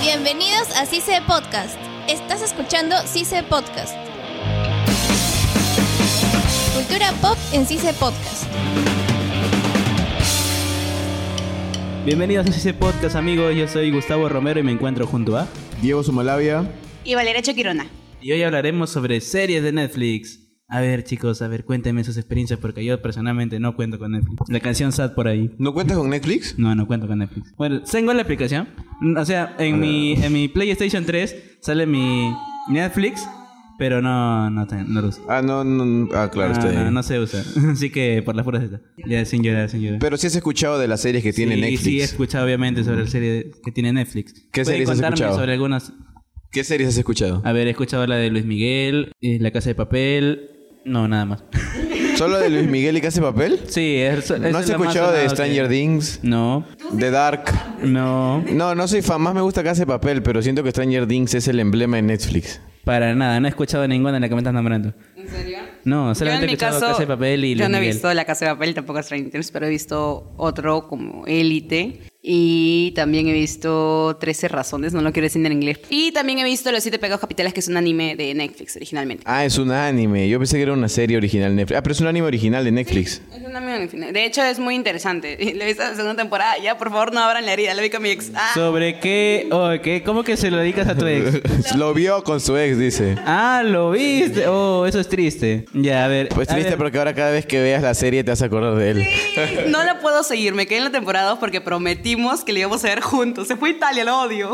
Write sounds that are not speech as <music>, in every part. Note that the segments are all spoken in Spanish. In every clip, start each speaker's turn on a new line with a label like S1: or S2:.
S1: Bienvenidos a CICE Podcast. Estás escuchando CICE Podcast. Cultura pop en CICE Podcast.
S2: Bienvenidos a ese podcast, amigos. Yo soy Gustavo Romero y me encuentro junto a.
S3: Diego Sumalavia.
S4: y Valeria Choquirona.
S2: Y hoy hablaremos sobre series de Netflix. A ver, chicos, a ver, cuéntenme sus experiencias porque yo personalmente no cuento con Netflix. La canción Sad por ahí.
S3: ¿No cuentas con Netflix?
S2: No, no cuento con Netflix. Bueno, tengo la aplicación. O sea, en, mi, en mi PlayStation 3 sale mi Netflix, pero no, no, ten- no lo uso.
S3: Ah, no, no, no. Ah, claro,
S2: no,
S3: está
S2: no,
S3: bien.
S2: no se usa. <laughs> Así que por las puras está. Ya, sin llorar, sin llorar.
S3: Pero sí has escuchado de las series que tiene
S2: sí,
S3: Netflix.
S2: sí, he escuchado obviamente sobre la serie que tiene Netflix.
S3: ¿Qué
S2: ¿Puede
S3: series has
S2: contarme
S3: escuchado?
S2: sobre algunas
S3: ¿Qué series has escuchado?
S2: A ver, he escuchado la de Luis Miguel, eh, La Casa de Papel. No, nada más.
S3: ¿Solo de Luis Miguel y Casa de Papel?
S2: Sí, es, es
S3: ¿No has
S2: la más
S3: escuchado de
S2: sonada,
S3: Stranger
S2: sí.
S3: Things?
S2: No,
S3: ¿De Dark?
S2: no,
S3: No, no soy fan. Más me gusta Casa de Papel, pero siento que Stranger Things es el emblema de Netflix.
S2: para nada. No he escuchado ninguna de la que me estás nombrando.
S4: ¿En serio?
S2: No, solamente he escuchado Casa de Papel y
S4: yo
S2: Luis
S4: no he
S2: Miguel.
S4: visto La Casa de Papel, tampoco Stranger Things, pero he visto otro como Élite. Y también he visto 13 razones, no lo quiero decir en inglés. Y también he visto Los Siete Pecados Capitales, que es un anime de Netflix originalmente.
S3: Ah, es un anime. Yo pensé que era una serie original Netflix. Ah, pero es un anime original de Netflix. <laughs>
S4: Es un anime original. De hecho, es muy interesante. <laughs> Lo he visto en la segunda temporada. Ya, por favor, no abran la herida. Lo vi con mi ex. Ah.
S2: ¿Sobre qué? Oh, ¿qué? ¿Cómo que se lo dedicas a tu
S3: <laughs>
S2: ex?
S3: Lo vio con su ex, dice.
S2: ah, lo viste. Oh, eso es triste. Ya, a ver.
S3: Pues
S2: a
S3: triste
S2: ver.
S3: porque ahora cada vez que veas la serie te vas a acordar de él.
S4: No la puedo seguir, me quedé en la temporada dos porque prometimos que le íbamos a ver juntos. Se fue a Italia, lo odio.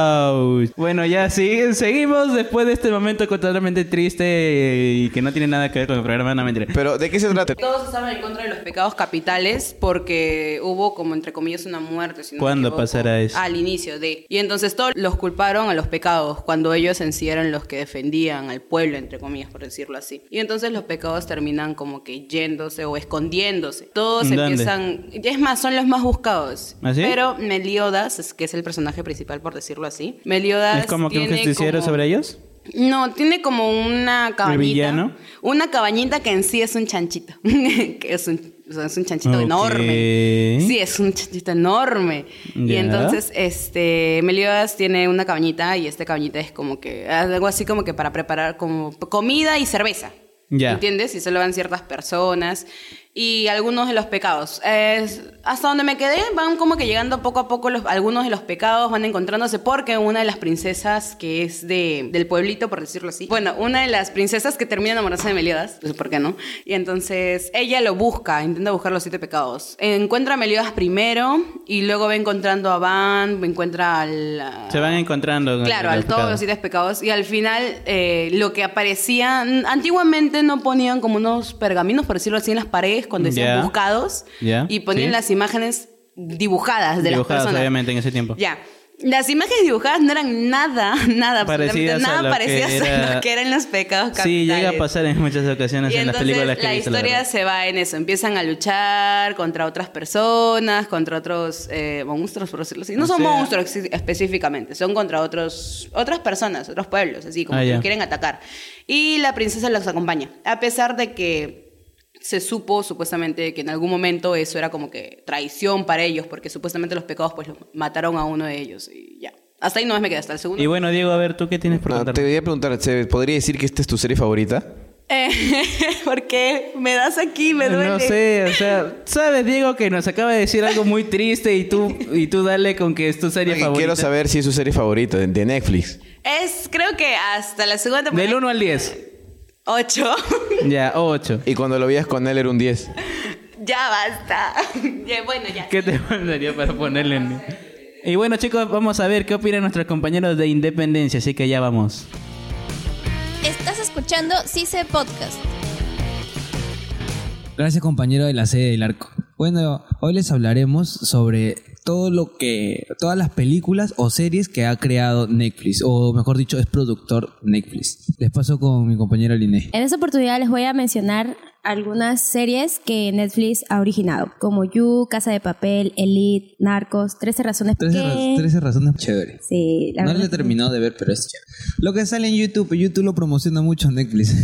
S2: Ouch. Bueno, ya sí, seguimos después de este momento totalmente triste y que no tiene nada que ver con el programa, no mentira.
S3: Pero, ¿de qué se trata?
S4: Todos estaban en contra de los pecados capitales porque hubo como entre comillas una muerte. Si no me
S2: ¿Cuándo
S4: equivoco.
S2: pasará eso?
S4: Al inicio de. Y entonces todos los culparon a los pecados cuando ellos en sí eran los que defendían al pueblo, entre comillas, por decirlo así. Y entonces los pecados terminan como que yéndose o escondiéndose. Todos
S2: ¿Dónde?
S4: empiezan... Es más, son los más buscados.
S2: ¿Ah, sí?
S4: Pero Meliodas, es- que es el personaje principal, por decirlo así. Meliodas
S2: ¿Es como que un
S4: tiene
S2: justiciero
S4: como-
S2: sobre ellos?
S4: no, tiene como una
S2: villano?
S4: cabañita. Una cabañita que en sí es un chanchito. <laughs> que es un, o sea, es un chanchito
S2: Ok.
S4: enorme. Sí, es un chanchito enorme. Y
S2: Ya.
S4: entonces, este, Meliodas tiene una cabañita y esta cabañita es como que algo así como que para preparar como comida y cerveza.
S2: Ya.
S4: ¿Entiendes? Y solo van ciertas personas y algunos de los pecados. Es- hasta donde me quedé, van como que llegando poco a poco los, algunos de los pecados, van encontrándose porque una de las princesas que es de, del pueblito, por decirlo así. Bueno, una de las princesas que termina enamorándose de Meliodas, pues, ¿por qué no? Y entonces ella lo busca, intenta buscar los siete pecados. Encuentra a Meliodas primero y luego va encontrando a Van, encuentra al...
S2: Se van encontrando.
S4: Claro, al todos
S2: todo
S4: los siete pecados. Y al final, eh, lo que aparecía. n- Antiguamente no ponían como unos pergaminos, por decirlo así, en las paredes cuando decían
S2: Ya.
S4: buscados.
S2: Ya,
S4: Y ponían
S2: sí.
S4: las imágenes dibujadas de
S2: Dibujadas,
S4: las personas.
S2: obviamente, en ese tiempo.
S4: Ya. Las imágenes dibujadas no eran nada, <laughs> nada, absolutamente
S2: Parecidas a
S4: nada
S2: lo que
S4: parecidas a
S2: era-
S4: lo que eran los pecados capitales.
S2: Sí, llega a pasar en muchas ocasiones
S4: Y
S2: en las
S4: entonces
S2: películas que
S4: la
S2: he visto, la
S4: historia
S2: verdad.
S4: se va en eso. Empiezan a luchar contra otras personas, contra otros eh, monstruos, por decirlo así. No
S2: O
S4: son
S2: sea-
S4: monstruos ex- específicamente, son contra otros, otras personas, otros pueblos, así como
S2: Ah,
S4: que
S2: ya.
S4: los quieren atacar. Y la princesa los acompaña. A pesar de que se supo supuestamente que en algún momento eso era como que traición para ellos, porque supuestamente los pecados pues los mataron a uno de ellos y ya. Hasta ahí no me quedé, hasta el segundo.
S2: Y bueno, Diego, a ver, ¿tú qué tienes por
S3: No,
S2: contar?
S3: te voy a preguntar, ¿se podría decir que esta es tu serie favorita?
S4: Eh, <laughs> ¿Por qué me das aquí? Me duele.
S2: No sé, o sea, sabes, Diego, que nos acaba de decir algo muy triste y tú, y tú dale con que es tu serie
S3: Y
S2: favorita.
S3: Quiero saber si es su serie favorita de- de Netflix.
S4: Es, creo que hasta la segunda
S2: Del
S4: temporada.
S2: 1 al 10.
S4: 8.
S2: Ya, 8.
S3: Y cuando lo veías con él era un 10.
S4: <laughs> ya basta. <laughs> Ya, bueno, ya.
S2: ¿Qué te mandaría para ponerle en... Y bueno, chicos, vamos a ver qué opinan nuestros compañeros de Independencia, así que ya vamos.
S1: Estás escuchando CICE Podcast.
S5: Gracias compañero de la sede del arco. Bueno, hoy les hablaremos sobre todo lo que, todas las películas o series que ha creado Netflix, o mejor dicho, es productor Netflix. Les paso con mi compañero Liné.
S6: En esta oportunidad les voy a mencionar algunas series que Netflix ha originado, como You, Casa de Papel, Elite, Narcos, 13 razones por
S5: 13,
S6: qué.
S5: raz- 13 razones chéveres.
S6: Sí, la
S5: No
S6: verdad.
S5: le he terminado de ver, pero es chévere. Lo que sale en YouTube, YouTube lo promociona mucho Netflix.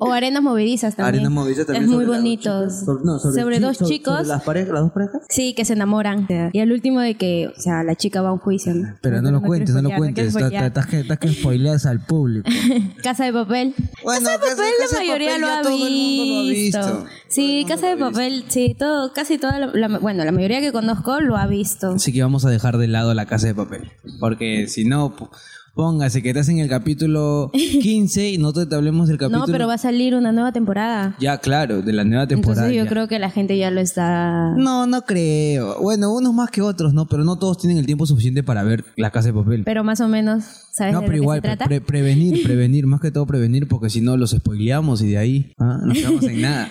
S6: O Arenas Movedizas también.
S5: Arena Movediza también.
S6: Es muy
S5: sobre las dos
S6: bonito.
S5: chicas. Sobre, no, sobre
S6: Sobre
S5: chi-
S6: dos
S5: so- sobre
S6: chicos.
S5: las, parejas, las dos parejas.
S6: Sí, que se enamoran. Y al último de que, o sea, la chica va a un juicio. ¿no?
S5: Pero no lo cuentes, no
S6: quiero
S5: lo
S6: spoilear,
S5: cuentes.
S6: quiero
S5: Estás
S6: spoilear.
S5: estás que, estás que spoileas al público.
S6: <laughs> Casa de Papel.
S5: Bueno,
S6: Casa de
S5: Casa-
S6: Papel
S5: Casa
S6: la
S5: de
S6: mayoría
S5: Papel
S6: lo,
S5: ya
S6: ha
S5: todo el mundo lo ha
S6: visto.
S5: visto.
S6: Sí, Casa de Papel, sí, todo, casi toda la, la- bueno, la mayoría que conozco lo ha visto.
S5: Así que vamos a dejar de lado la casa de papel. Porque si no, po- póngase que estás en el
S6: <laughs>
S5: capítulo 15 y nosotros te hablemos del capítulo.
S6: No, pero va a salir una nueva temporada.
S5: Ya, claro, de la nueva temporada.
S6: Entonces yo
S5: ya.
S6: creo que la gente ya lo está
S5: No, no creo. Bueno, unos más que otros, ¿no? Pero no todos tienen el tiempo suficiente para ver la casa de papel.
S6: pero más o menos, ¿sabes
S5: no,
S6: de
S5: pero
S6: lo
S5: igual,
S6: que se
S5: pre-
S6: trata?
S5: pre- prevenir, prevenir, más que todo prevenir, porque si no los spoileamos y de ahí ah, no quedamos en
S6: <laughs>
S5: nada.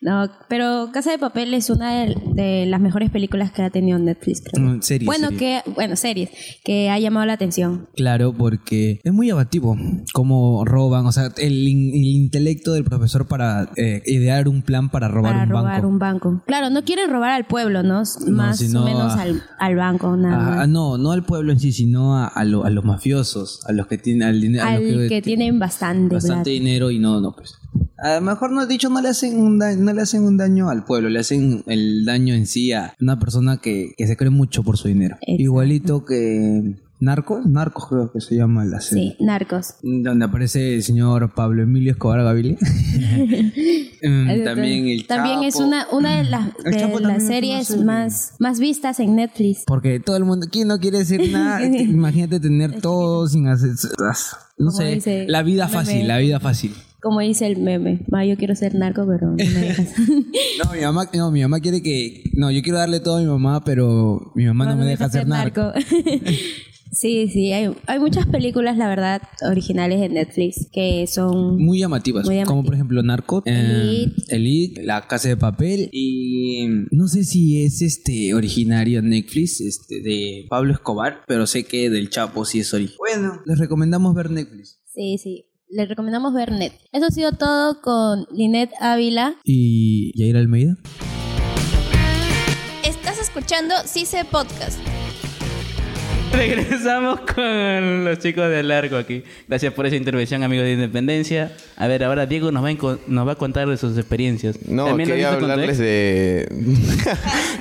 S6: no, pero Casa de Papel es una de, de las mejores películas que ha tenido Netflix. creo.
S5: Mm, serie,
S6: bueno,
S5: serie.
S6: que bueno, series que ha llamado la atención.
S5: Claro, porque es muy abativo cómo roban, o sea, el, in- el intelecto del profesor para eh, idear un plan para robar
S6: para
S5: un
S6: robar
S5: banco.
S6: un banco. Claro, no quieren robar al pueblo, ¿no? S-
S5: No,
S6: Más
S5: sino
S6: o menos
S5: a-
S6: al, al banco, nada más.
S5: Ah, no, no al pueblo en sí, sino a, a lo- a los mafiosos, a los que tienen al dinero, a los
S6: al que tienen bastante,
S5: bastante
S6: plata.
S5: dinero y no, no pues. A lo mejor no dicho no le hacen un daño, no le hacen un daño al pueblo, le hacen el daño en sí a una persona que, que se cree mucho por su dinero.
S6: Exacto.
S5: Igualito que narcos, narcos creo que se llama la serie.
S6: Sí, narcos.
S5: donde aparece el señor Pablo Emilio Escobar
S6: <laughs>
S5: Gaviria. Mm, también el
S6: También es
S5: Chapo. Mm.
S6: una, una de las,
S5: El
S6: de
S5: Chapo también
S6: las
S5: es una
S6: series
S5: serie.
S6: más, más vistas en Netflix.
S5: Porque todo el mundo, ¿quién no quiere
S6: <laughs>
S5: decir nada? Imagínate tener todo sin hacer. No
S6: Como
S5: sé,
S6: dice,
S5: la vida
S6: meme.
S5: fácil, la vida fácil.
S6: Como dice el meme, ma, yo quiero ser narco,
S5: <laughs>
S6: pero no me dejas.
S5: No, mi mamá, no, mi mamá quiere que. No, yo quiero darle todo a mi mamá, pero mi mamá no,
S6: <laughs>
S5: me deja hacer narco.
S6: sí, sí, hay, hay muchas películas, la verdad, originales de Netflix que son...
S5: Muy llamativas,
S6: Muy
S5: como
S6: llamativas.
S5: por ejemplo Narco, eh,
S6: Elite.
S5: Elite, La Casa de Papel y mm, no sé si es este originario Netflix este, de Pablo Escobar, pero sé que del Chapo sí es origen. Bueno, les recomendamos ver Netflix.
S6: Sí, sí. Les recomendamos ver Net. Eso ha sido todo con Linet Ávila.
S5: ¿Y Yair Almeida?
S1: Estás escuchando CICE Podcast.
S2: Regresamos con los chicos del largo aquí. Gracias por esa intervención, amigos de Independencia. A ver, ahora Diego nos va a, enco- nos va a contar de sus experiencias.
S3: No,
S2: ¿También lo
S3: quería
S2: viste con tu
S3: hablarles
S2: ex?
S3: de.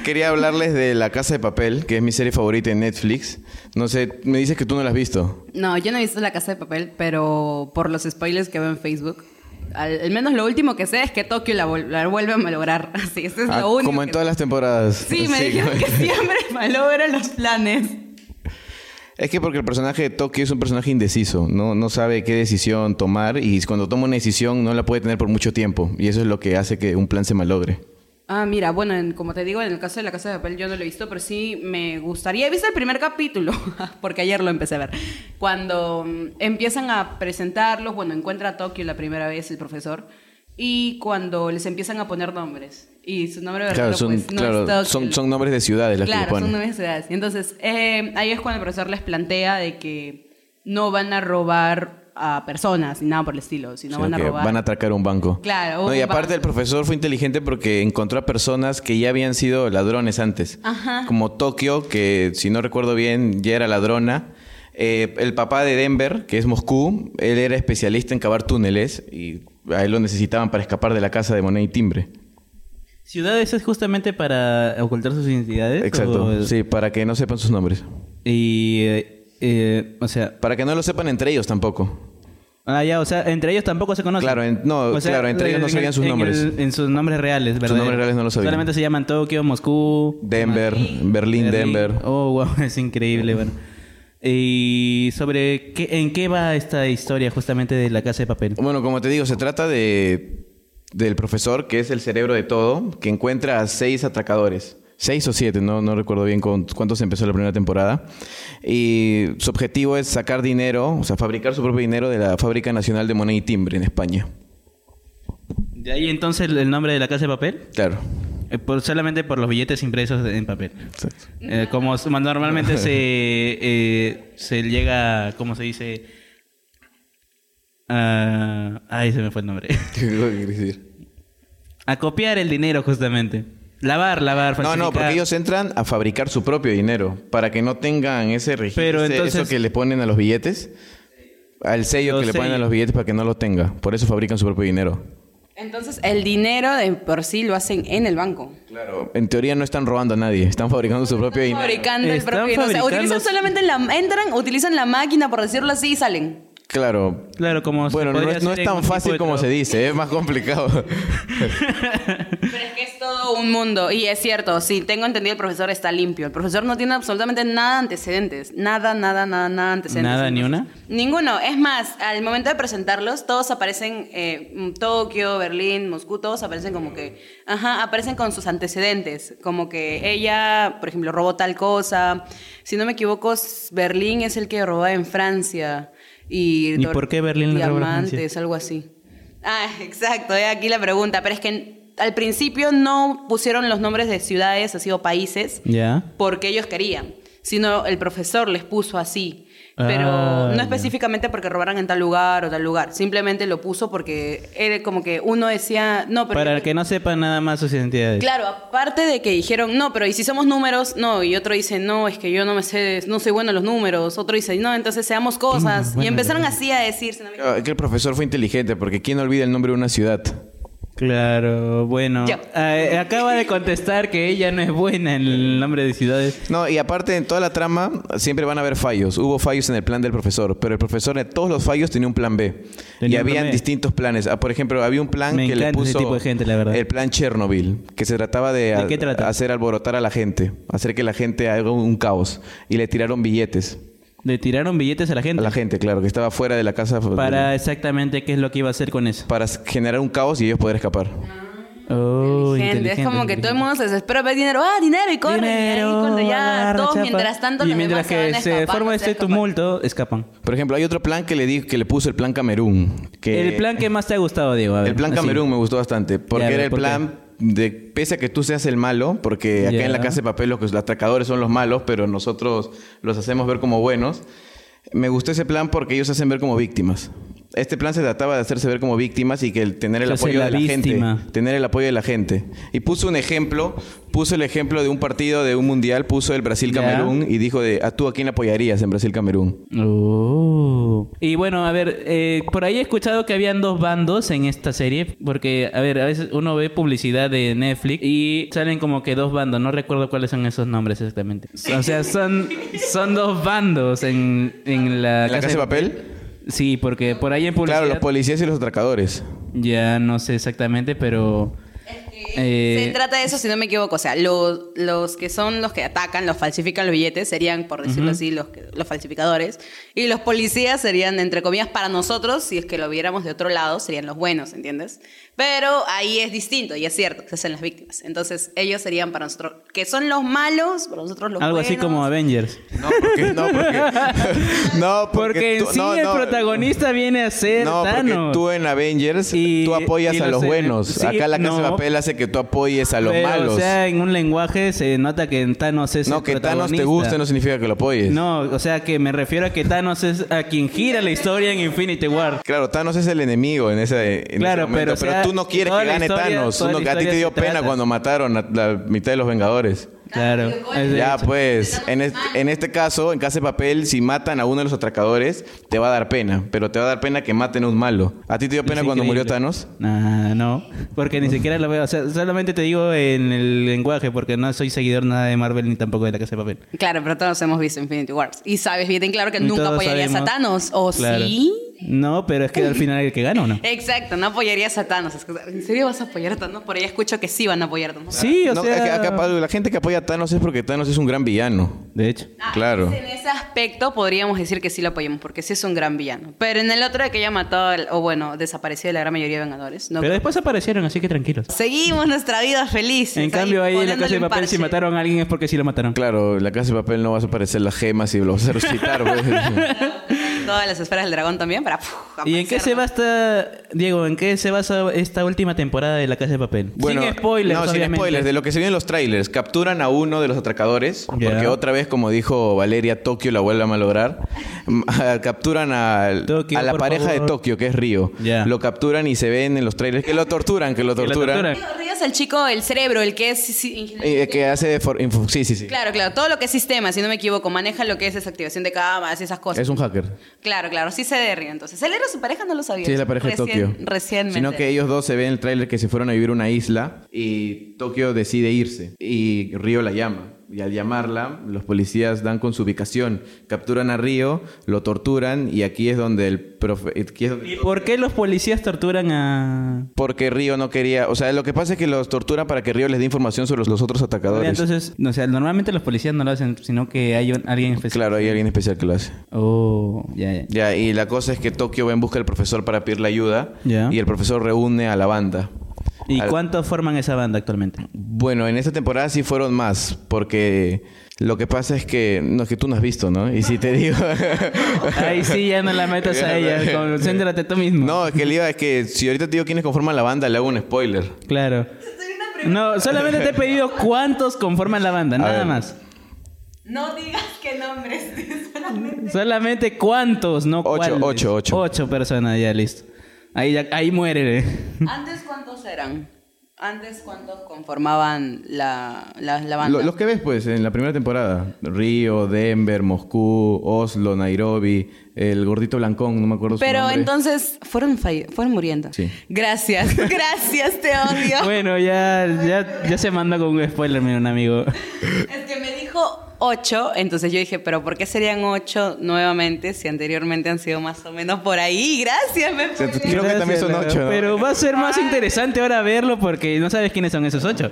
S3: quería hablarles de <laughs> La Casa de Papel, que es mi serie favorita en Netflix. No sé, me dices que tú no la has visto.
S4: No, yo no he visto La Casa de Papel, pero por los spoilers que veo en Facebook, al, al menos lo último que sé es que Tokio la, vol- la vuelve a malograr. <laughs> Así, eso es
S3: Ah,
S4: lo único.
S3: como en
S4: que-
S3: todas las temporadas.
S4: Sí, me
S3: <laughs>
S4: dijeron que siempre malogra los planes.
S3: Es que porque el personaje de Tokio es un personaje indeciso, no, no sabe qué decisión tomar y cuando toma una decisión no la puede tener por mucho tiempo y eso es lo que hace que un plan se malogre.
S4: Ah, mira, bueno, en- como te digo, en el caso de La Casa de Papel yo no lo he visto, pero sí me gustaría. He visto el primer capítulo, <laughs> porque ayer lo empecé a ver. Cuando mm, empiezan a presentarlos, bueno, encuentra a Tokio la primera vez el profesor, y cuando les empiezan a poner nombres. Y su nombre de
S3: Claro,
S4: verdadero,
S3: son,
S4: pues, no
S3: claro,
S4: es Tokio.
S3: son, son nombres de ciudades las
S4: claro,
S3: que le ponen.
S4: son nueve ciudades. Entonces, eh, ahí es cuando el profesor les plantea de que no van a robar a personas ni nada por el estilo, sino
S3: Sí,
S4: van a
S3: que
S4: robar.
S3: van a atracar un banco.
S4: Claro,
S3: No, y
S4: un
S3: aparte
S4: banco.
S3: el profesor fue inteligente porque encontró a personas que ya habían sido ladrones antes.
S4: Ajá.
S3: Como Tokio, que si no recuerdo bien, ya era ladrona. Eh, el papá de Denver, que es Moscú, él era especialista en cavar túneles y a él lo necesitaban para escapar de la casa de moneda y timbre.
S2: Ciudades es justamente para ocultar sus identidades.
S3: Exacto.
S2: o-
S3: Sí, para que no sepan sus nombres.
S2: Y, eh, eh, o sea,
S3: Para que no lo sepan entre ellos tampoco.
S2: ah, ya, o sea, entre ellos tampoco se conocen.
S3: Claro, en- no, claro, entre ellos no
S2: en
S3: sabían
S2: el-
S3: sus
S2: en
S3: nombres.
S2: el- en sus nombres reales, ¿verdad?
S3: nombres reales no lo sabían.
S2: Solamente se llaman Tokio, Moscú.
S3: Denver, Berlín, Denver.
S2: Oh, wow, <laughs> es increíble, bueno. Y sobre qué, en qué va esta historia justamente de la casa de papel.
S3: Bueno, como te digo, se trata de del profesor, que es el cerebro de todo, que encuentra a seis atracadores. Seis o siete, no, no recuerdo bien con- cuántos empezó la primera temporada. Y su objetivo es sacar dinero, o sea, fabricar su propio dinero de la Fábrica Nacional de Moneda y Timbre en España.
S2: De ahí entonces el nombre de la casa de papel.
S3: <laughs> Claro.
S2: Eh, por- solamente por los billetes impresos en papel.
S3: Exacto.
S2: Eh, como s- normalmente
S3: <laughs>
S2: se, eh, se llega, ¿cómo se dice? Ah, ay, se me fue el nombre.
S3: ¿Qué es lo que quieres decir?
S2: A copiar el dinero, justamente. Lavar, lavar,
S3: No,
S2: falsificar.
S3: no, porque ellos entran a fabricar su propio dinero para que no tengan ese registro,
S2: Pero
S3: ese-
S2: entonces-
S3: eso que le ponen a los billetes, al sello
S2: Los
S3: que le ponen a
S2: sellos.
S3: los billetes para que no lo tenga. Por eso fabrican su propio dinero.
S4: Entonces, el dinero de por sí lo hacen en el banco.
S3: Claro. En teoría no están robando a nadie, están fabricando su propio dinero.
S4: Fabricando el
S2: Están
S4: propio dinero. O sea,
S2: fabricando-
S4: utilizan solamente la... Entran, utilizan la máquina, por decirlo así, y salen.
S3: Claro.
S2: Claro, como se
S3: Bueno, no,
S2: podría
S3: es- no
S2: hacer
S3: es
S2: en un
S3: tan
S2: tipo
S3: fácil
S2: de
S3: como se
S2: trabajo.
S3: dice, ¿eh? es más complicado.
S4: Pero es que es todo un mundo. Y es cierto, sí, tengo entendido, el profesor está limpio. El profesor no tiene absolutamente nada de antecedentes. Nada, nada, nada, nada antecedentes.
S2: ¿Nada, ni una?
S4: Ninguno. Es más, al momento de presentarlos, todos aparecen, eh, mm, Tokio, Berlín, Moscú, todos aparecen como que, ajá, aparecen con sus antecedentes. Como que ella, por ejemplo, robó tal cosa. Si no me equivoco, s- Berlín es el que robaba en Francia. ¿Y,
S2: ¿Y
S4: dor-
S2: por qué Berlín le robó a
S4: diamantes,
S2: Francia?
S4: algo así. Ah, <laughs> exacto, he aquí la pregunta. Pero es que en- al principio no pusieron los nombres de ciudades, así o países,
S2: Ya.
S4: porque ellos querían, sino el profesor les puso así. Pero
S2: Ah,
S4: no
S2: ya.
S4: específicamente porque robaran en tal lugar o tal lugar, simplemente lo puso porque era como que uno decía, no, pero...
S2: Para que no sepan nada más sus identidades.
S4: Claro, aparte de que dijeron, no, pero ¿y si somos números? No, y otro dice, no, es que yo no me sé, no soy bueno en los números, otro dice, no, entonces seamos cosas.
S2: Bueno,
S4: y empezaron
S2: bueno.
S4: así a decir, si no me equivoco.
S3: que el profesor fue inteligente, porque ¿quién olvida el nombre de una ciudad?
S2: Claro, bueno.
S4: Ya.
S2: Eh, acaba de contestar que ella no es buena en el nombre de ciudades.
S3: No, y aparte en toda la trama siempre van a haber fallos. Hubo fallos en el plan del profesor, pero el profesor en todos los fallos tenía un plan B.
S2: Tenía
S3: y
S2: un plan
S3: habían
S2: B.
S3: distintos planes. Ah, por ejemplo, había un plan
S2: Me
S3: que le
S2: encanta
S3: puso
S2: ese tipo de gente, la verdad.
S3: el plan Chernobyl, que se trataba de,
S2: ¿De qué trata?
S3: hacer alborotar a la gente, hacer que la gente haga un caos y le tiraron billetes
S2: Le tiraron billetes a la
S3: a
S2: gente.
S3: la gente, pues, claro, que estaba fuera de la casa
S2: Para exactamente qué es lo que iba a hacer con eso.
S3: para generar un caos y ellos poder escapar.
S2: Oh,
S4: Gente, es
S2: inteligente,
S4: como que
S2: inteligente.
S4: todo el mundo se desespera, ve dinero, ah, dinero y corre. y ahí cuando ya
S2: agarra,
S4: todos,
S2: chapa.
S4: mientras tanto,
S2: y
S4: los
S2: mientras
S4: demás
S2: que
S4: van pues
S2: se
S4: escapando,
S2: forma
S4: se
S2: este
S4: escapan.
S2: tumulto, escapan.
S3: Por ejemplo, hay otro plan que le di- que le puso el plan Camerún, que
S2: El plan que más te ha gustado, Diego. a ver,
S3: El plan
S2: así.
S3: Camerún me gustó bastante, porque
S2: Ya, a ver,
S3: era el
S2: ¿por qué?
S3: plan de, pese a que tú seas el malo, porque acá
S2: Ya.
S3: en la casa de papel los, que- los atracadores son los malos, pero nosotros los hacemos ver como buenos, me gustó ese plan porque ellos se hacen ver como víctimas. Este plan se trataba de hacerse ver como víctimas y que el tener el
S2: Se hace
S3: apoyo
S2: la
S3: de la
S2: víctima.
S3: gente, tener el apoyo de la gente. Y puso un ejemplo, puso el ejemplo de un partido de un mundial, puso el Brasil
S2: Ya.
S3: Camerún y dijo de, ¿a tú a quién apoyarías en Brasil Camerún?
S2: Oh. Y bueno, a ver, eh, por ahí he escuchado que habían dos bandos en esta serie, porque, a ver, a veces uno ve publicidad de Netflix y salen como que dos bandos, no recuerdo cuáles son esos nombres exactamente. <laughs> O sea, son, son dos bandos en, en la,
S3: ¿En la casa de papel?
S2: Sí, porque por ahí en publicidad...
S3: Claro, los policías y los atracadores.
S2: ya no sé exactamente, pero... eh,
S4: se trata de eso, si no me equivoco. O sea, los, los que son los que atacan, los falsifican los billetes, serían, por decirlo así, los, que- los falsificadores. Y los policías serían, entre comillas, para nosotros, si es que lo viéramos de otro lado, serían los buenos, ¿entiendes? Pero ahí es distinto, y es cierto, se hacen las víctimas. Entonces, ellos serían para nosotros, que son los malos, para nosotros los
S2: algo así
S4: buenos.
S2: como Avengers.
S3: No, porque no,
S2: <laughs>
S3: porque no, porque,
S2: Porque en
S3: tú-
S2: sí
S3: no,
S2: el
S3: no.
S2: protagonista viene a ser
S3: No, porque
S2: Thanos.
S3: tú en Avengers
S2: Y-
S3: tú apoyas
S2: y
S3: a
S2: los
S3: los
S2: en-
S3: buenos.
S2: sí,
S3: Acá la casa de
S2: no.
S3: papel hace que tú apoyes a los
S2: Pero,
S3: malos.
S2: O sea, en un lenguaje se nota que Thanos es
S3: no,
S2: el
S3: que Thanos te
S2: protagonista.
S3: guste no significa que lo apoyes.
S2: No, o sea que me refiero a que Thanos es a quien gira la historia en Infinity War.
S3: Claro, Thanos es el enemigo en ese, en ese
S2: Claro,
S3: momento,
S2: pero, o sea,
S3: tú no quieres
S2: toda
S3: que
S2: la
S3: gane
S2: historia-
S3: Thanos.
S2: toda
S3: Uno-
S2: la
S3: a ti te
S2: historia
S3: dio
S2: se
S3: pena
S2: trata.
S3: cuando mataron a la mitad de los Vengadores.
S2: Claro. es de
S3: Ya,
S2: hecho.
S3: pues, en, es- en este caso, en Casa de Papel, si matan a uno de los atracadores, te va a dar pena. Pero te va a dar pena que maten a un malo. ¿A ti te dio
S2: Es
S3: pena cuando murió
S2: increíble.
S3: Thanos?
S2: Nah, no, porque ni siquiera lo veo. O sea, solamente te digo en el lenguaje, porque no soy seguidor nada de Marvel ni tampoco de la Casa de Papel.
S4: Claro, pero todos hemos visto Infinity Wars. Y sabes bien claro que
S2: Y
S4: nunca
S2: todos
S4: apoyarías
S2: sabemos-
S4: a Thanos, ¿o
S2: Claro.
S4: sí?
S2: No, pero es que al final el que gana o
S4: <laughs>
S2: no.
S4: Exacto, no apoyarías a Thanos. Es que, ¿En serio vas a apoyar a Thanos? Por ahí escucho que sí van a apoyar a Thanos.
S2: Sí, o
S3: No,
S2: sea.
S3: acá- acá la gente que apoya a Thanos es porque Thanos es un gran villano.
S2: De hecho.
S3: Claro.
S4: En ese aspecto podríamos decir que sí lo apoyamos, porque sí es un gran villano. Pero en el otro de que ella mató, al- o bueno, desapareció de la gran mayoría de Vengadores. No,
S2: Pero después aparecieron, así que tranquilos.
S4: Seguimos nuestra vida feliz.
S2: En cambio, ahí en la Casa de Papel, si mataron a alguien es porque sí lo mataron.
S3: Claro, en la casa de papel no vas a aparecer las gemas y lo vas a
S2: <laughs>
S3: resucitar. <laughs> pues.
S4: <laughs> Todas las esferas del dragón también para. puf,
S2: ¿Y en qué se
S4: aparecer, ¿no?
S2: basta, Diego, en qué se basa esta última temporada de La Casa de Papel? sin spoilers,
S3: No, sin
S2: obviamente.
S3: spoilers. De lo que se vio en los trailers, capturan a uno de los atracadores,
S2: Ya.
S3: porque otra vez, como dijo Valeria, Tokio la vuelve a malograr. <laughs> Mm, capturan al- a,
S2: Tokio,
S3: la
S2: por
S3: pareja de
S2: favor.
S3: Tokio, que es Río.
S2: Ya.
S3: Lo capturan y se ven en los trailers que lo torturan, que lo
S2: Que la
S3: torturan.
S2: torturan.
S4: es el chico, el cerebro, el que es... sí,
S3: Eh, que hace de for- info- Sí, sí, sí.
S4: Claro, claro, todo lo que es sistema, si no me equivoco, maneja lo que es desactivación de cámaras y esas cosas.
S3: Es un hacker.
S4: Claro, claro, sí se derriba entonces. ¿Él era su pareja? No lo sabía.
S3: Sí, es la pareja de
S4: Recién-
S3: Tokio.
S4: Recién me
S3: Sino
S4: enteré.
S3: que ellos dos se ven en el tráiler que se fueron a vivir a una isla y Tokio decide irse y Río la llama. Y al llamarla, los policías dan con su ubicación, capturan a Río, lo torturan y aquí es donde el profe... aquí es donde-
S2: ¿Y por qué los policías torturan a...?
S3: Porque Río no quería... O sea, lo que pasa es que los torturan para que Río les dé información sobre los, los otros atacadores.
S2: Entonces, no, o sea, normalmente los policías no lo hacen, sino que hay un- alguien especial.
S3: Claro, hay alguien especial que lo hace.
S2: Oh, ya, ya.
S3: Ya, y la cosa es que Tokio va en busca del profesor para pedirle ayuda
S2: Ya.
S3: y el profesor reúne a la banda.
S2: ¿Y
S3: Al-
S2: cuántos forman esa banda
S3: <laughs>
S2: actualmente?
S3: Bueno, en esta temporada sí fueron más, porque lo que pasa es que, no, es que tú no has visto, ¿no? Y si
S4: <laughs>
S3: te digo... <laughs>
S2: Ahí sí, ya no la metas a ella. Concéntrate tú mismo.
S3: no, es que el iba es que si ahorita te digo quiénes conforman la banda, le hago un spoiler.
S2: Claro. No, solamente te he pedido cuántos conforman la banda,
S3: A
S2: nada
S3: ver.
S2: más.
S4: No digas qué nombres. <laughs> solamente-
S2: Solamente cuántos, no
S3: Ocho,
S2: cuáles.
S3: ocho, ocho.
S2: Ocho personas, ya listo. Ahí, ya- ahí muere. eh.
S4: ¿Antes cuántos eran? ¿Antes cuántos conformaban la, la, la banda?
S3: Lo- los que ves, pues, en la primera temporada. Río, Denver, Moscú, Oslo, Nairobi, el gordito blancón, no me acuerdo su
S4: Pero
S3: nombre.
S4: entonces fueron, falle- fueron muriendo.
S3: Sí. <laughs>
S4: Gracias, gracias, te odio.
S2: Bueno, ya, ya, ya se manda con un spoiler, mi un amigo.
S4: Es que me dijo 8, entonces yo dije, pero ¿por qué serían 8 nuevamente si anteriormente han sido más o menos por ahí? Gracias, me
S3: sea, tú-
S4: spoileé.
S3: Creo que también son
S2: Gracias,
S3: ocho, ¿no?
S2: Pero va a ser más interesante ahora verlo porque no sabes quiénes son esos ocho.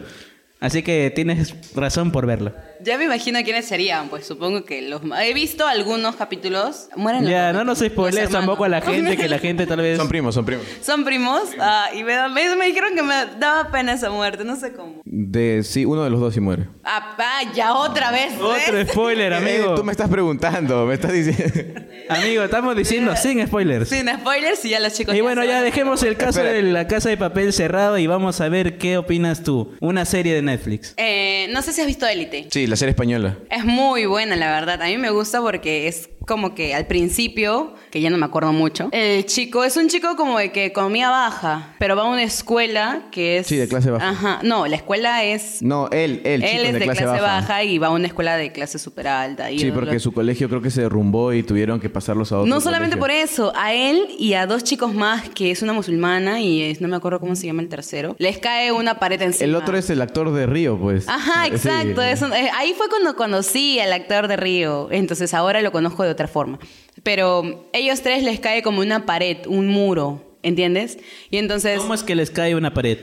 S2: Así que tienes razón por verlo.
S4: Ya me imagino quiénes serían, pues supongo que los... ma- He visto algunos capítulos. Mueren los
S2: Ya,
S4: dos,
S2: no nos
S4: los
S2: spoilees
S4: hermanos.
S2: tampoco a la gente, que la gente tal vez...
S3: Son primos, son primos.
S4: <laughs> Son primos ah, y me, da- me- me dijeron que me daba pena esa muerte, no sé cómo.
S3: De, sí, uno de los dos sí muere.
S4: Ah, ah, ya otra vez.
S2: Otro
S4: ¿ves?
S2: spoiler,
S3: Eh,
S2: amigo.
S3: tú me estás preguntando, me estás diciendo... <laughs>
S2: Amigo, estamos diciendo sin spoilers.
S4: <laughs> Sin spoilers y ya los chicos...
S2: Y bueno,
S4: se
S2: ya
S4: van.
S2: dejemos el caso
S3: Espera.
S2: de la casa de papel cerrado y vamos a ver qué opinas tú. Una serie de Netflix.
S4: Eh, no sé si has visto Élite.
S3: Sí, la serie española.
S4: Es muy buena, la verdad. A mí me gusta porque es como que al principio, que ya no me acuerdo mucho, el chico es un chico como de que comía baja, pero va a una escuela que es...
S3: Sí, de clase baja.
S4: Ajá. No, la escuela es...
S3: No, él, él,
S4: él
S3: chico,
S4: es de clase, baja. y va a una escuela de clase súper alta.
S3: Sí, porque su colegio creo que se derrumbó y tuvieron que pasarlos a otro.
S4: No solamente por
S3: colegio.
S4: eso, a él y a dos chicos más, que es una musulmana y es, no me acuerdo cómo se llama el tercero, les cae una pared encima.
S3: El otro es el actor de Río, pues.
S4: Ajá,
S3: Sí.
S4: exacto. es un- eh, ahí fue cuando conocí al actor de Río. Entonces ahora lo conozco de otra forma. Pero ellos tres les cae como una pared, un muro, ¿entiendes? Y entonces,
S2: ¿Cómo es que les cae una pared?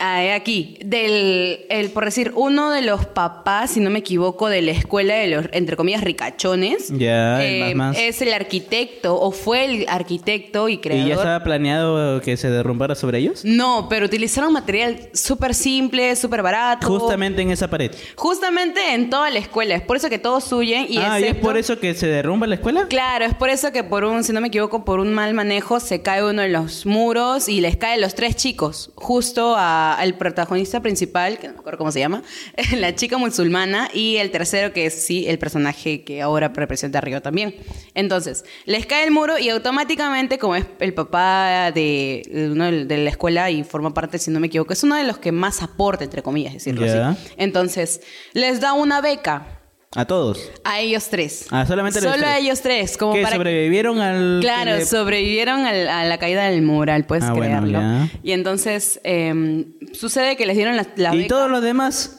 S4: ah, aquí, del, el, por decir, uno de los papás, si no me equivoco, de la escuela de los, entre comillas, ricachones.
S2: Ya, el más
S4: eh,
S2: más.
S4: Es el arquitecto, o fue el arquitecto y creador.
S2: ¿Y ya estaba planeado que se derrumbara sobre ellos?
S4: No, pero utilizaron material súper simple, súper barato.
S2: Justamente en esa pared.
S4: Justamente en toda la escuela. Es por eso que todos huyen y
S2: ah, ¿y es
S4: excepto-
S2: por eso que se derrumba la escuela?
S4: Claro, es por eso que por un, si no me equivoco, por un mal manejo se cae uno de los muros y les caen los tres chicos, justo a- al protagonista principal, que no me acuerdo cómo se llama, <laughs> la chica musulmana y el tercero que es sí, el personaje que ahora representa a Río también. Entonces, les cae el muro y automáticamente, como es el papá de, de uno del- de la escuela y forma parte, si no me equivoco, es uno de los que más aporta, entre comillas, decirlo
S2: Ya.
S4: así. Entonces, les da una beca.
S2: A todos.
S4: A ellos tres.
S2: Ah, solamente a ellos
S4: Solo
S2: tres.
S4: a ellos tres. Como
S2: que
S4: para
S2: sobrevivieron al...
S4: Claro,
S2: que le-
S4: sobrevivieron al- a la caída del mural, puedes
S2: Ah, bueno,
S4: creerlo.
S2: ya.
S4: y entonces em, sucede que les dieron la, la
S2: Y
S4: beca.
S2: todos los demás...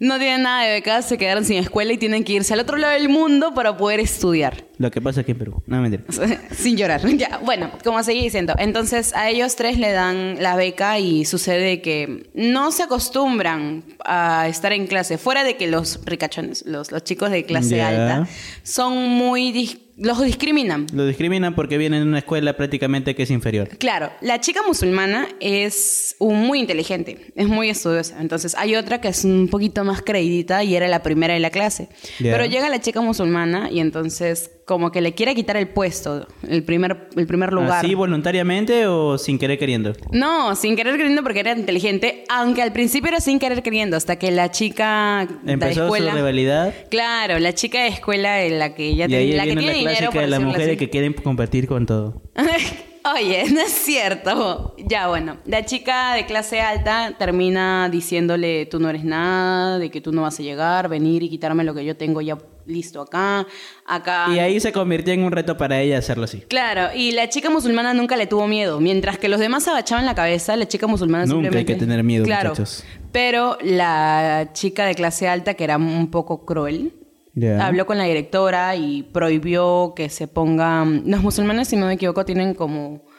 S4: No tienen nada de beca, se quedaron sin escuela y tienen que irse al otro lado del mundo para poder estudiar. <laughs>
S2: Lo que pasa aquí en Perú. No, mentira.
S4: Sin llorar. <laughs> Ya, bueno, como seguí diciendo. Entonces, a ellos tres le dan la beca y sucede que no se acostumbran a estar en clase. Fuera de que los ricachones, los, los chicos de clase
S2: Ya.
S4: alta, son muy. dis- los discriminan.
S2: Lo discriminan porque vienen de una escuela prácticamente que es inferior.
S4: Claro, la chica musulmana es un- muy inteligente, es muy estudiosa. Entonces hay otra que es un poquito más creidita y era la primera de la clase.
S2: Ya.
S4: Pero llega la chica musulmana y entonces como que le quiere quitar el puesto, el primer, el
S2: Ah,
S4: primer lugar.
S2: ¿Así voluntariamente o sin querer queriendo?
S4: no, sin querer queriendo porque era inteligente, aunque al principio era sin querer queriendo, hasta que la chica de la
S2: Empezó su
S4: escuela...
S2: rivalidad.
S4: Claro, la chica de escuela en la que ya
S2: y ahí
S4: tenía, la que
S2: viene
S4: tiene
S2: la
S4: dinero
S2: clásica
S4: por
S2: de las
S4: decirlo
S2: mujeres
S4: así.
S2: que quieren compartir con todo.
S4: <laughs> Oye, no es cierto. Ya, bueno, la chica de clase alta termina diciéndole, tú no eres nada, de que tú no vas a llegar, venir y quitarme lo que yo tengo ya listo acá, acá.
S2: Y ahí se convirtió en un reto para ella hacerlo así.
S4: Claro, y la chica musulmana nunca le tuvo miedo. Mientras que los demás agachaban la cabeza, la chica musulmana
S2: Nunca hay
S4: simplemente...
S2: que tener miedo,
S4: claro,
S2: muchachos.
S4: Pero la chica de clase alta, que era un poco cruel,
S2: Ya.
S4: habló con la directora y prohibió que se pongan... Los musulmanes, si no me equivoco, tienen como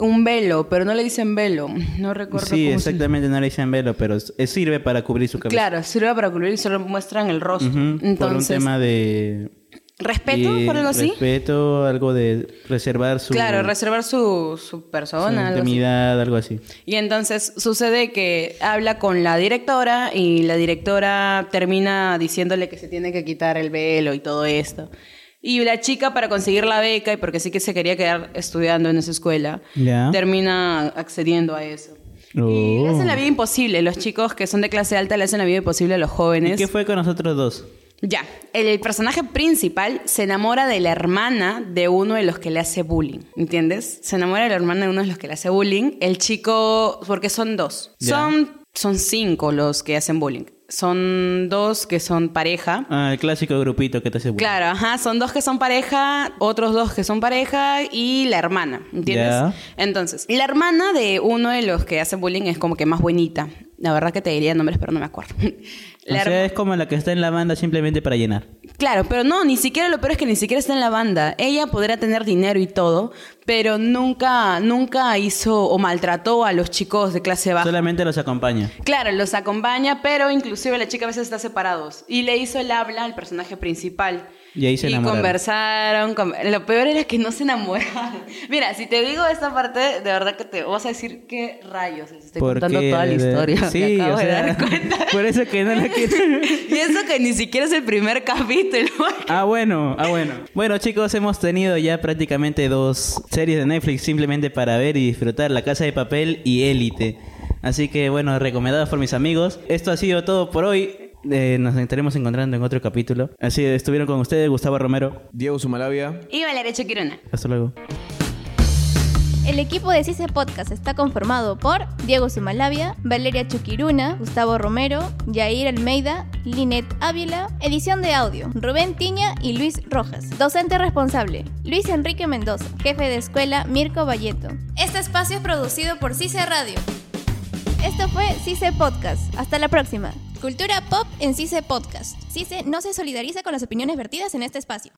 S4: un velo, pero no le dicen velo. No recuerdo
S2: Sí,
S4: cómo se-
S2: exactamente, no le dicen velo, pero s- eh, sirve para cubrir su cabeza.
S4: Claro, sirve para cubrir y solo muestran el rostro.
S2: Ujú,
S4: Entonces,
S2: por un tema de...
S4: ¿respeto
S2: de
S4: por algo así?
S2: Respeto, algo de reservar su...
S4: Claro, reservar su, su
S2: su
S4: persona. algo así.
S2: intimidad, algo así.
S4: Y entonces sucede que habla con la directora y la directora termina diciéndole que se tiene que quitar el velo y todo esto. Y la chica para conseguir la beca y porque sí que se quería quedar estudiando en esa escuela,
S2: Ya.
S4: termina accediendo a eso. Y
S2: Oh.
S4: le hacen la vida imposible. Los chicos que son de clase alta le hacen la vida imposible a los
S2: ¿Y
S4: jóvenes.
S2: qué fue con nosotros dos?
S4: Ya, el personaje principal se enamora de la hermana de uno de los que le hace bullying, ¿entiendes? Se enamora de la hermana de uno de los que le hace bullying. El chico, porque son dos.
S2: Ya.
S4: Son, son cinco los que hacen bullying. Son dos que son pareja.
S2: Ah, el clásico grupito que te hace bullying.
S4: Claro, ajá, son dos que son pareja, otros dos que son pareja y la hermana, ¿entiendes?
S2: Ya.
S4: Entonces, la hermana de uno de los que hacen bullying es como que más buenita. La verdad que te diría nombres, pero no me acuerdo. <laughs>
S2: O
S4: La
S2: sea, es como la que está en la banda simplemente para llenar.
S4: Claro, pero no, ni siquiera lo peor es que ni siquiera está en la banda. Ella podrá tener dinero y todo, pero nunca, nunca hizo o maltrató a los chicos de clase baja.
S2: Solamente los acompaña.
S4: Claro, los acompaña, pero inclusive la chica a veces está separados. Y le hizo el habla al personaje principal.
S2: Y ahí se enamoraron.
S4: conversaron. con- Lo peor era que no se enamoraron. <laughs> Mira, si te digo esta parte, de verdad que te vas a decir qué rayos. Les estoy contando
S2: Porque-
S4: toda la historia. <laughs>
S2: Sí,
S4: me acabo
S2: o sea,
S4: de dar cuenta.
S2: <laughs> por eso que no la quiero.
S4: y eso que ni siquiera es el primer <laughs> capítulo.
S2: Ah, bueno, ah, bueno. Bueno, chicos, hemos tenido ya prácticamente dos series de Netflix simplemente para ver y disfrutar: La Casa de Papel y Élite. Así que, bueno, recomendados por mis amigos. Esto ha sido todo por hoy. Eh, nos estaremos encontrando en otro capítulo. Así estuvieron con ustedes Gustavo Romero.
S3: Diego Sumalavia.
S4: Y Valeria Choquirona.
S2: Hasta luego.
S1: El equipo de CICE Podcast está conformado por Diego Sumalavia, Valeria Chuquiruna, Gustavo Romero, Yair Almeida, Linet Ávila, edición de audio, Rubén Tiña y Luis Rojas. Docente responsable, Luis Enrique Mendoza, jefe de escuela, Mirko Valleto. Este espacio es producido por CICE Radio. Esto fue CICE Podcast. Hasta la próxima. Cultura pop en CICE Podcast. CICE no se solidariza con las opiniones vertidas en este espacio.